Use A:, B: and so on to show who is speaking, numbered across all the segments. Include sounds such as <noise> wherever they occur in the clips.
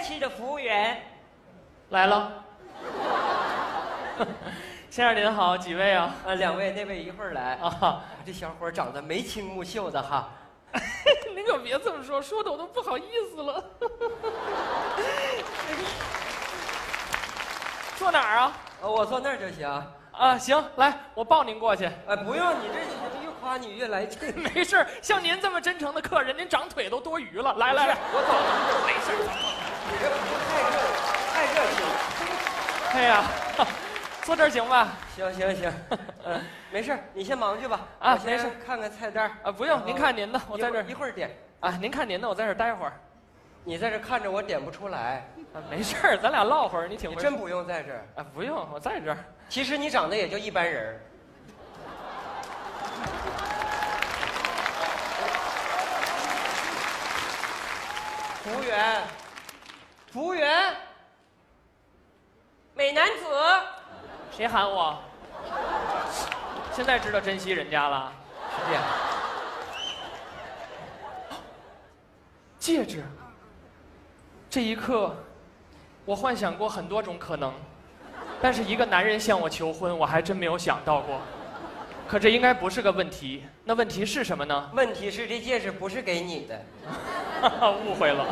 A: 示着服务员
B: 来了。 <laughs> 先生您好，几位啊？：“
A: 啊，两位，那位一会儿来。
B: <laughs> 啊，
A: 这小伙儿长得眉清目秀的哈，
B: <laughs> 您可别这么说，说的我都不好意思了。 <laughs> 坐哪儿啊？
A: 呃，我坐那儿就行。
B: 啊，行，来，我抱您过去。
A: 哎，不用，你这越夸你越来劲。
B: <laughs> 没事儿，像您这么真诚的客人，您长腿都多余了。来来来，我走， <laughs> 没事儿。
A: 你这不太热，太热情了。
B: 哎呀，坐这儿行 <laughs> 吧？
A: 行行行，嗯，没事儿，你先忙去吧。
B: 啊
A: 我先
B: 没事儿
A: 看看菜单儿。
B: 啊，不用，您看您的，我
A: 一会
B: 在这儿
A: 一会儿点。
B: 啊，您看您的，我在这儿待会儿。
A: 你在这儿看着我点不出来，
B: 啊，没事儿，咱俩唠会儿，你请
A: 你
B: 回。
A: 真不用在这儿。
B: 啊，不用，我在这儿。
A: 其实你长得也就一般人儿。服务员，服务员，美男子，
B: 谁喊我？现在知道珍惜人家了。
A: 是这样，
B: 戒指。这一刻，我幻想过很多种可能，但是一个男人向我求婚，我还真没有想到过。可这应该不是个问题，那问题是什
A: <laughs>
B: 么呢？
A: 问题是这戒指不是给你的，
B: 误会了。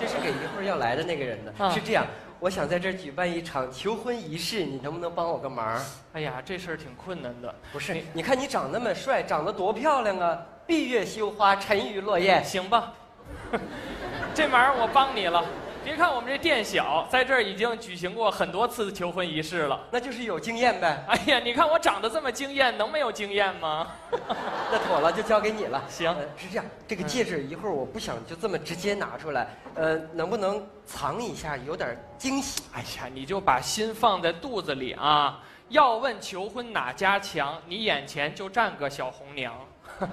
A: 这是给一会儿要来的那个人的。
B: 啊
A: 是这样，我想在这儿举办一场求婚仪式，你能不能帮我个忙？
B: 哎呀，这事儿挺困难的。
A: 不是
B: 你，
A: 你看你长那么帅，长得多漂亮啊！闭月羞花，沉鱼落雁。
B: 行吧， <laughs> 这忙儿我帮你了。别看我们这店小，在这儿已经举行过很多次求婚仪式了。
A: 那就是有经验呗，
B: 哎呀，你看我长得这么惊艳，能没有经验吗？
A: 那妥了，就交给你了。
B: 行
A: 呃是这样，这个戒指一会儿我不想就这么直接拿出来，呃，能不能藏一下，有点惊喜？
B: 哎呀，你就把心放在肚子里啊！要问求婚哪家强，你眼前就站个小红娘。 <laughs>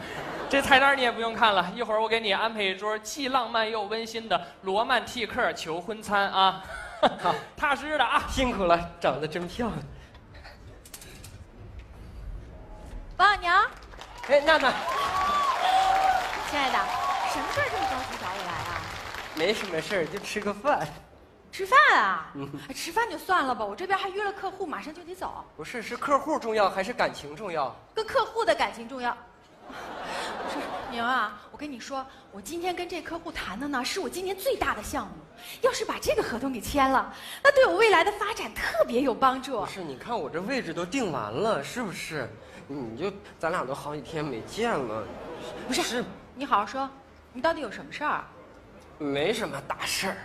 B: 这菜单你也不用看了，一会儿我给你安排一桌既浪漫又温馨的罗曼蒂克求婚餐啊！ <laughs> 踏实的啊！
A: 辛苦了，长得真漂亮。
C: 王小娘，
A: 哎，娜娜，
C: 亲爱的，什么事儿这么着急找我来啊？
A: 没什么事儿，就吃个饭。
C: 吃饭啊
A: 嗯？
C: 哎吃饭就算了吧，我这边还约了客户，马上就得走，
A: 不是，是客户重要还是感情重要？
C: 跟客户的感情重要。 <laughs> 不是宁儿啊，我跟你说，我今天跟这客户谈的呢，是我今年最大的项目。要是把这个合同给签了，那对我未来的发展特别有帮助
A: 不。是，你看我这位置都定完了，是不是？你就咱俩都好几天没见了，
C: 不是你好好说，你到底有什么事儿？
A: 没什么大事儿。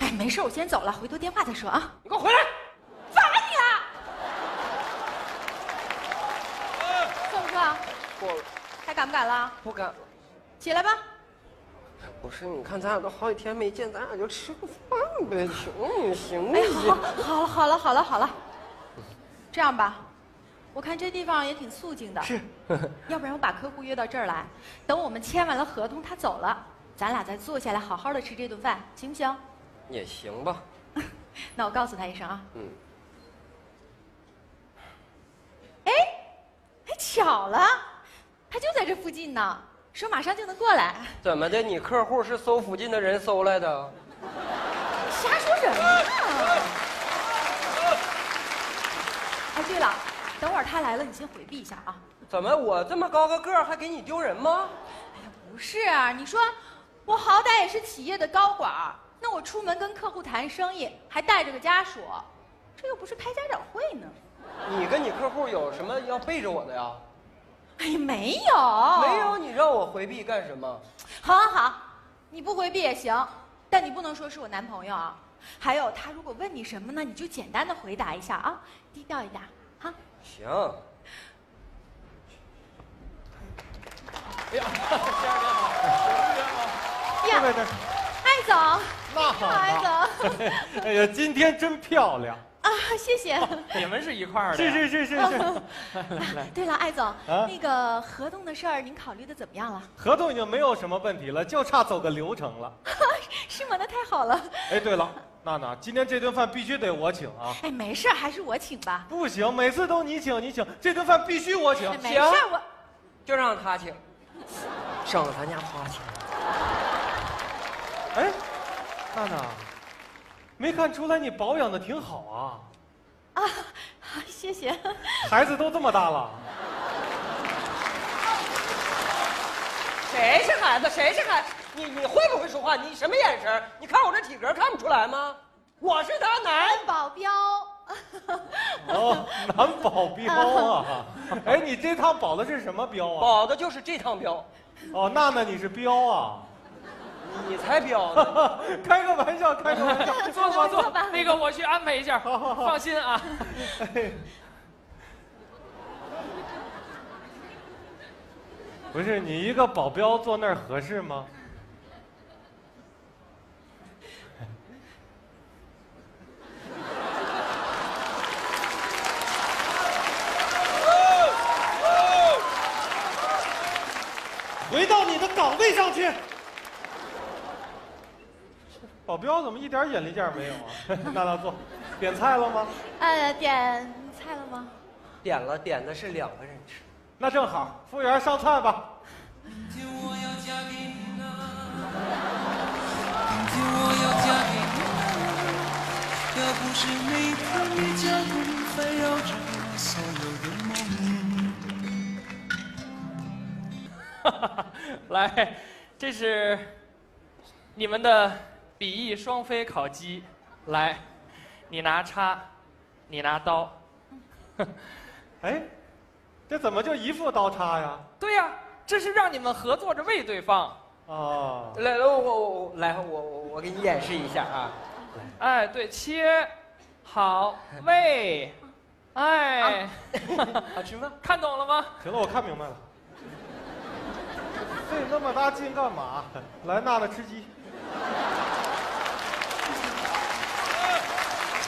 C: 哎，没事儿，我先走了，回头电话再说啊。
A: 你给我回来！
C: 罚你
A: 啊
C: 了！这么说，
A: 我
C: 还敢不敢了？
A: 不敢。
C: 起来吧。
A: 不是，你看咱俩都好几天没见，咱俩就吃个饭
D: <laughs>
A: 呗，行不行？啊
C: 哎呀，好，好了，好了，好了，好了。这样吧，我看这地方也挺肃静的，
A: 是， <laughs>
C: 要不然我把客户约到这儿来，等我们签完了合同，他走了，咱俩再坐下来好好的吃这顿饭，行不行？
A: 也行吧。
C: 那我告诉他一声啊。
A: 嗯，
C: 哎，哎，巧了，他就在这附近呢，说马上就能过来，
A: 怎么的？你客户是搜附近的人搜来的？
C: 瞎说什么呢？哎，对了，等会儿他来了，你先回避一下啊。
A: 怎么我这么高个个儿还给你丢人吗？
C: 不是啊，你说我好歹也是企业的高管儿，那我出门跟客户谈生意，还带着个家属，这又不是开家长会呢。
A: 你跟你客户有什么要背着我的呀？
C: 哎呀，没
D: 哦
C: 有，
A: 没有，。你让我回避干什么？
C: 好，好，好，你不回避也行，但你不能说是我男朋友啊。还有，他如果问你什么呢，你就简单的回答一下啊，低调一点。哈，
A: 行，
B: 哎呀，先生您好，
C: 呀，
E: 对对
C: 艾哎总，
E: 那
C: 你好，艾总
E: 对， <laughs> 哎呀，今天真漂亮！
C: 啊，谢谢。
B: 你们是一块儿的
E: 是
B: 呀？
E: 是是是是，
C: 哎对了，艾总，
E: 啊
C: 那个合同的事儿您考虑的怎么样了？
E: 合同已经没有什么问题了，就差走个流程了。
C: 是吗？那太好了。
E: 哎，对了，娜娜，今天这顿饭必须得我请啊！
C: 哎，没事儿，还是我请吧。
E: 不行，每次都你请你请，这顿饭必须我
C: <laughs>
E: 请
C: 哎，。没事儿，我
A: 就让他请，省咱家花钱。
E: 哎，娜娜，没看出来你保养的挺好啊，
C: 啊，谢谢。
E: 孩子都这么大了，
D: 谁是孩子？谁是孩子？你你会不会说话？你什么眼神？你看我这体格看不出来吗？我是他男
C: 男保镖，
E: 哦，男保镖啊，哎，你这趟保的是什么镖啊？
D: 保的就是这趟镖，
E: 哦，娜娜你是镖啊？ <laughs>
D: 你才镖呢。
E: 开个玩笑，开个玩笑，
B: 坐坐
C: 坐
B: 坐 <laughs>
C: 吧，
B: 那个我去安排一下，放心 <laughs> 啊。
E: 不是你一个保镖坐那儿合适吗？回到你的岗位上去。保镖怎么一点眼力劲儿没有啊？ <laughs> 娜娜坐，点菜了吗？
C: <laughs> 呃，点菜了吗？
A: <laughs> 点了点的是两个人吃。
E: 那正好，服务员上菜吧。
F: 今我要嫁给你啊！今我要嫁给你啊！要不是每天的加工烦扰着我所有的梦。
B: 来，这是你们的比翼双飞烤鸡。来，你拿叉，你拿刀。
E: 哎，这怎么就一副刀叉呀？
B: 对呀、这是让你们合作着喂对方。
E: 啊，
A: 来，我我我来，我我我给你演示一下啊。
B: 哎，对，切， <laughs> 好，喂，哎，
A: 好啊吃吗？
B: <laughs> 看懂了吗？
E: 行了，我看明白了。费那么大劲干嘛？来，娜娜吃鸡。 <laughs>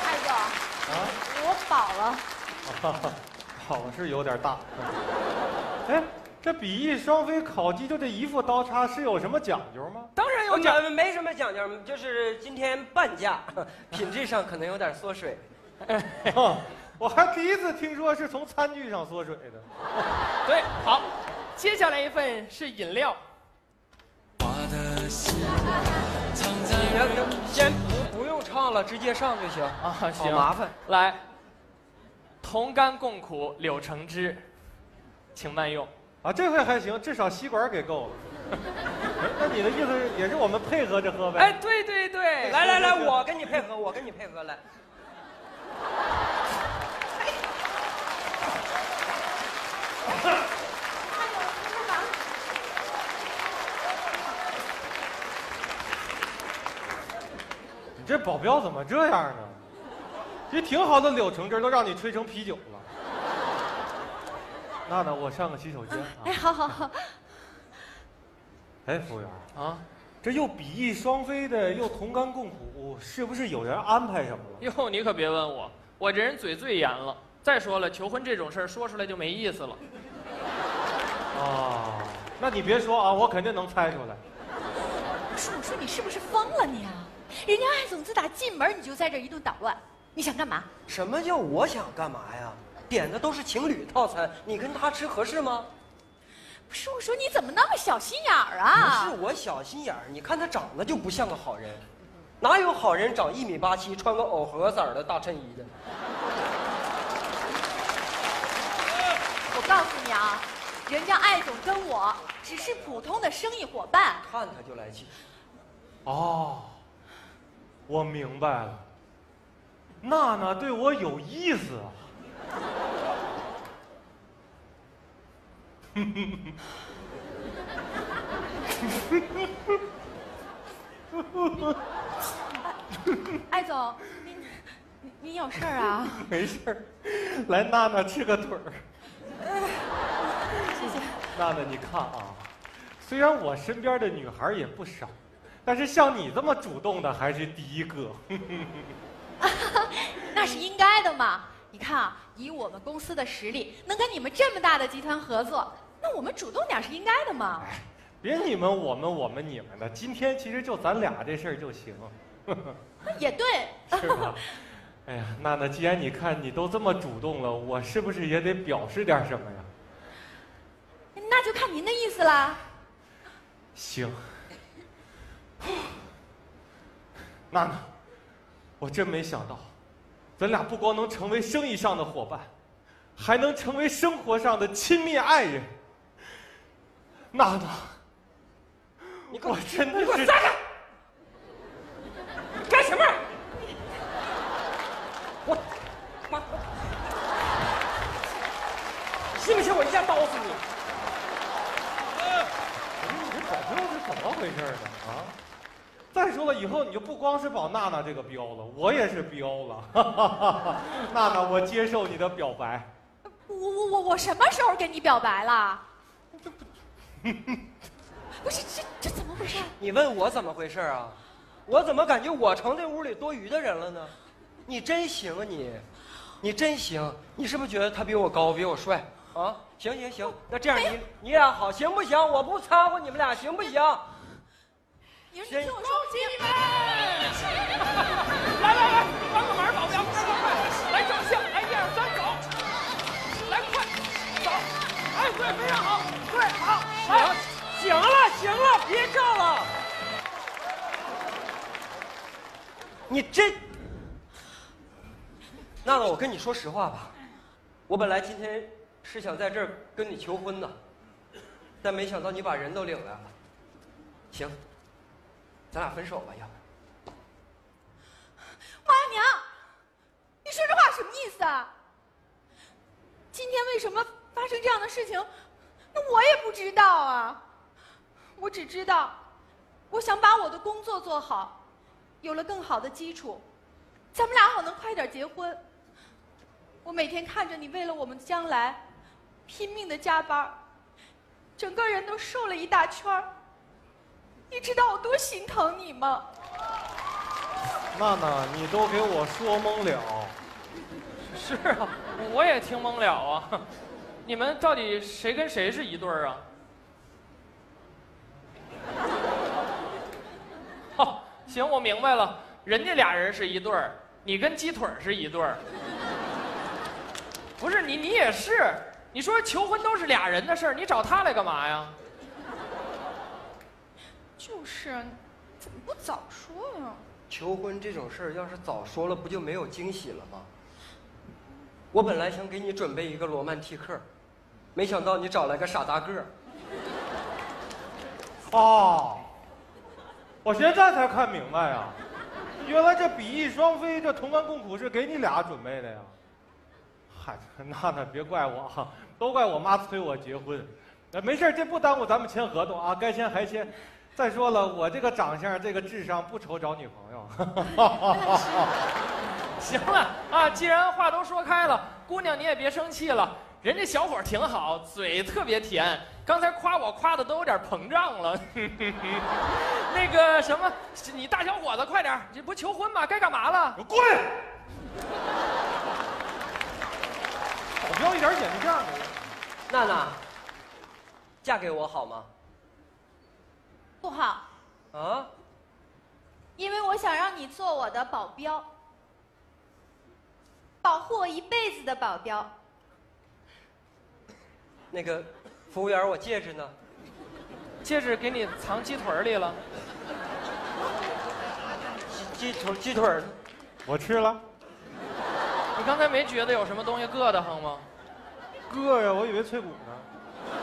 C: 哎呦，我饱了。
E: 好是有点大。哎，这比翼双飞烤鸡就这一副刀叉是有什么讲究吗？
B: 当然有
A: 我
B: 奖。
A: 讲没什么讲究，就是今天半价，品质上可能有点缩水。
E: <laughs> 我还第一次听说是从餐具上缩水的。
B: 对，好，接下来一份是饮料。
F: 我的心藏在
A: 你要先不不用唱了，直接上就行。
B: 啊，
A: 好
B: 行，
A: 麻烦。
B: 来，同甘共苦，柳橙汁，请慢用。
E: 啊，这回还行，至少吸管给够了。 <laughs> 哎那你的意思是也是我们配合着喝呗？
B: 哎，对对对，来
A: 来来来，
E: 对对
A: 我跟你配合，我跟你配合来。
E: 你这保镖怎么这样呢？这挺好的柳橙汁儿都让你吹成啤酒了。娜娜，我上个洗手间啊
C: 哎，。好好好，
E: 哎，服务员，
B: 啊，
E: 这又比翼双飞的，又同甘共苦，是不是有人安排什么了？
B: 哟，你可别问我，我这人嘴最严了。再说了，求婚这种事儿说出来就没意思了。
E: 啊，那你别说啊，我肯定能猜出来。
C: 我说我说你是不是疯了你啊？人家艾总自打进门你就在这儿一顿捣乱，你想干嘛？
A: 什么叫我想干嘛呀？点的都是情侣套餐，你跟他吃合适吗？
C: 不是我说你怎么那么小心眼儿
A: 不
C: 啊？
A: 是我小心眼儿，你看他长得就不像个好人，哪有好人长一米八七，穿个藕荷色儿的大衬衣的？
C: 我告诉你啊，人家艾总跟我只是普通的生意伙伴，
A: 看他就来气。
E: 哦，我明白了，娜娜对我有意思啊。
C: 艾总，你你你有事儿啊？
E: 没事儿，来娜娜吃个腿儿。
C: 谢谢。
E: 娜娜，你看啊，虽然我身边的女孩儿也不少，但是像你这么主动的还是第一个。
C: 那是应该的嘛。你看啊，以我们公司的实力，能跟你们这么大的集团合作，那我们主动点儿是应该的嘛。
E: 别你们我们我们你们的，今天其实就咱俩这事儿就行，
C: 那也对，
E: 是吧？ <laughs> 哎呀，娜娜，既然你看你都这么主动了，我是不是也得表示点什么呀？
C: 那就看您的意思啦。
E: <laughs> 行，娜娜，我真没想到，咱俩不光能成为生意上的伙伴，还能成为生活上的亲密爱人。娜娜，
D: 你给我
E: 我真的
D: 你给我
E: 是
D: 撒开！你干什么？我，妈，信不信我一下刀死你？
E: 你这保镖是怎么回事呢？啊！再说了，以后你就不光是保娜娜这个镖了，我也是镖了。 <laughs> 娜娜，我接受你的表白。
C: 我我我我什么时候跟你表白了？ <laughs> 不是这这怎么回事？
A: 你问我怎么回事啊？我怎么感觉我成这屋里多余的人了呢？你真行啊你，你真行！你是不是觉得他比我高，比我帅啊？行行行，那这样你你俩好行不行？我不掺和你们俩行不行？
C: 你说
A: 先
C: 你听我说，
B: 恭喜你们！来来来，帮个忙，保镖，快快快，来照相，来一二三，走，来快，走，哎，对，非常好，对，好，来，
D: 行了行了，别照了。
A: 你这，娜娜，我跟你说实话吧，我本来今天是想在这儿跟你求婚的，但没想到你把人都领来了。行，咱俩分手吧，要不？
C: 王阿娘，你说这话什么意思啊？今天为什么发生这样的事情？那我也不知道啊。我只知道，我想把我的工作做好，有了更好的基础，咱们俩好能快点结婚。我每天看着你为了我们的将来拼命的加班儿，整个人都瘦了一大圈儿。你知道我多心疼你吗？
E: 娜娜，你都给我说懵了。
B: 是啊，我也听懵了啊， <laughs> 你们到底谁跟谁是一对儿啊？ <laughs> 哦，行，我明白了，人家俩人是一对儿，你跟鸡腿儿是一对儿。不是你，你也是。你说求婚都是俩人的事儿，你找他来干嘛呀？
C: 就是，怎么不早说呀？
A: 求婚这种事儿，要是早说了，不就没有惊喜了吗？我本来想给你准备一个罗曼蒂克，没想到你找来个傻大个儿。
E: 哦，我现在才看明白呀，原来这比翼双飞，这同甘共苦是给你俩准备的呀。嗨，娜娜别怪我啊，都怪我妈催我结婚。哎，没事儿，这不耽误咱们签合同啊，该签还签。再说了，我这个长相，这个智商，不愁找女朋友。
B: 行了啊，既然话都说开了，姑娘你也别生气了，人家小伙儿挺好，嘴特别甜，刚才夸我夸的都有点膨胀了。 <laughs> 那个什么，你大小伙子快点儿，这不求婚吗？该干嘛了？
E: <laughs> 滚！保镖一点眼力见儿没有。
A: 娜娜，嫁给我好吗？
C: 不好，
A: 啊？
C: 因为我想让你做我的保镖，保护我一辈子的保镖。
A: 那个服务员，我戒指呢？
B: 戒指给你藏鸡腿儿里了。
A: 鸡鸡腿鸡腿儿呢？
E: 我吃了。
B: 你刚才没觉得有什么东西硌得慌吗？
E: 哥呀，我以为脆骨呢。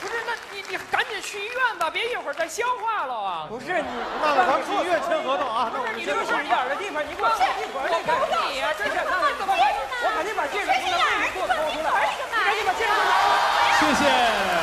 B: 不是，那你你赶紧去医院吧，别一会儿再消化了啊。
A: 不是你，
E: 娜娜，咱们去医院签合同啊。那我
D: 不是
E: 们
D: 你
E: 先
D: 这
E: 走
D: 个是眼的地方，你给我放地腿儿里
B: 我不
D: 看。
B: 你呀、这是。
D: 娜娜，你快啊点，我肯定把戒指从那被里给我抠出来。你赶紧把戒指拿来。
G: 谢谢。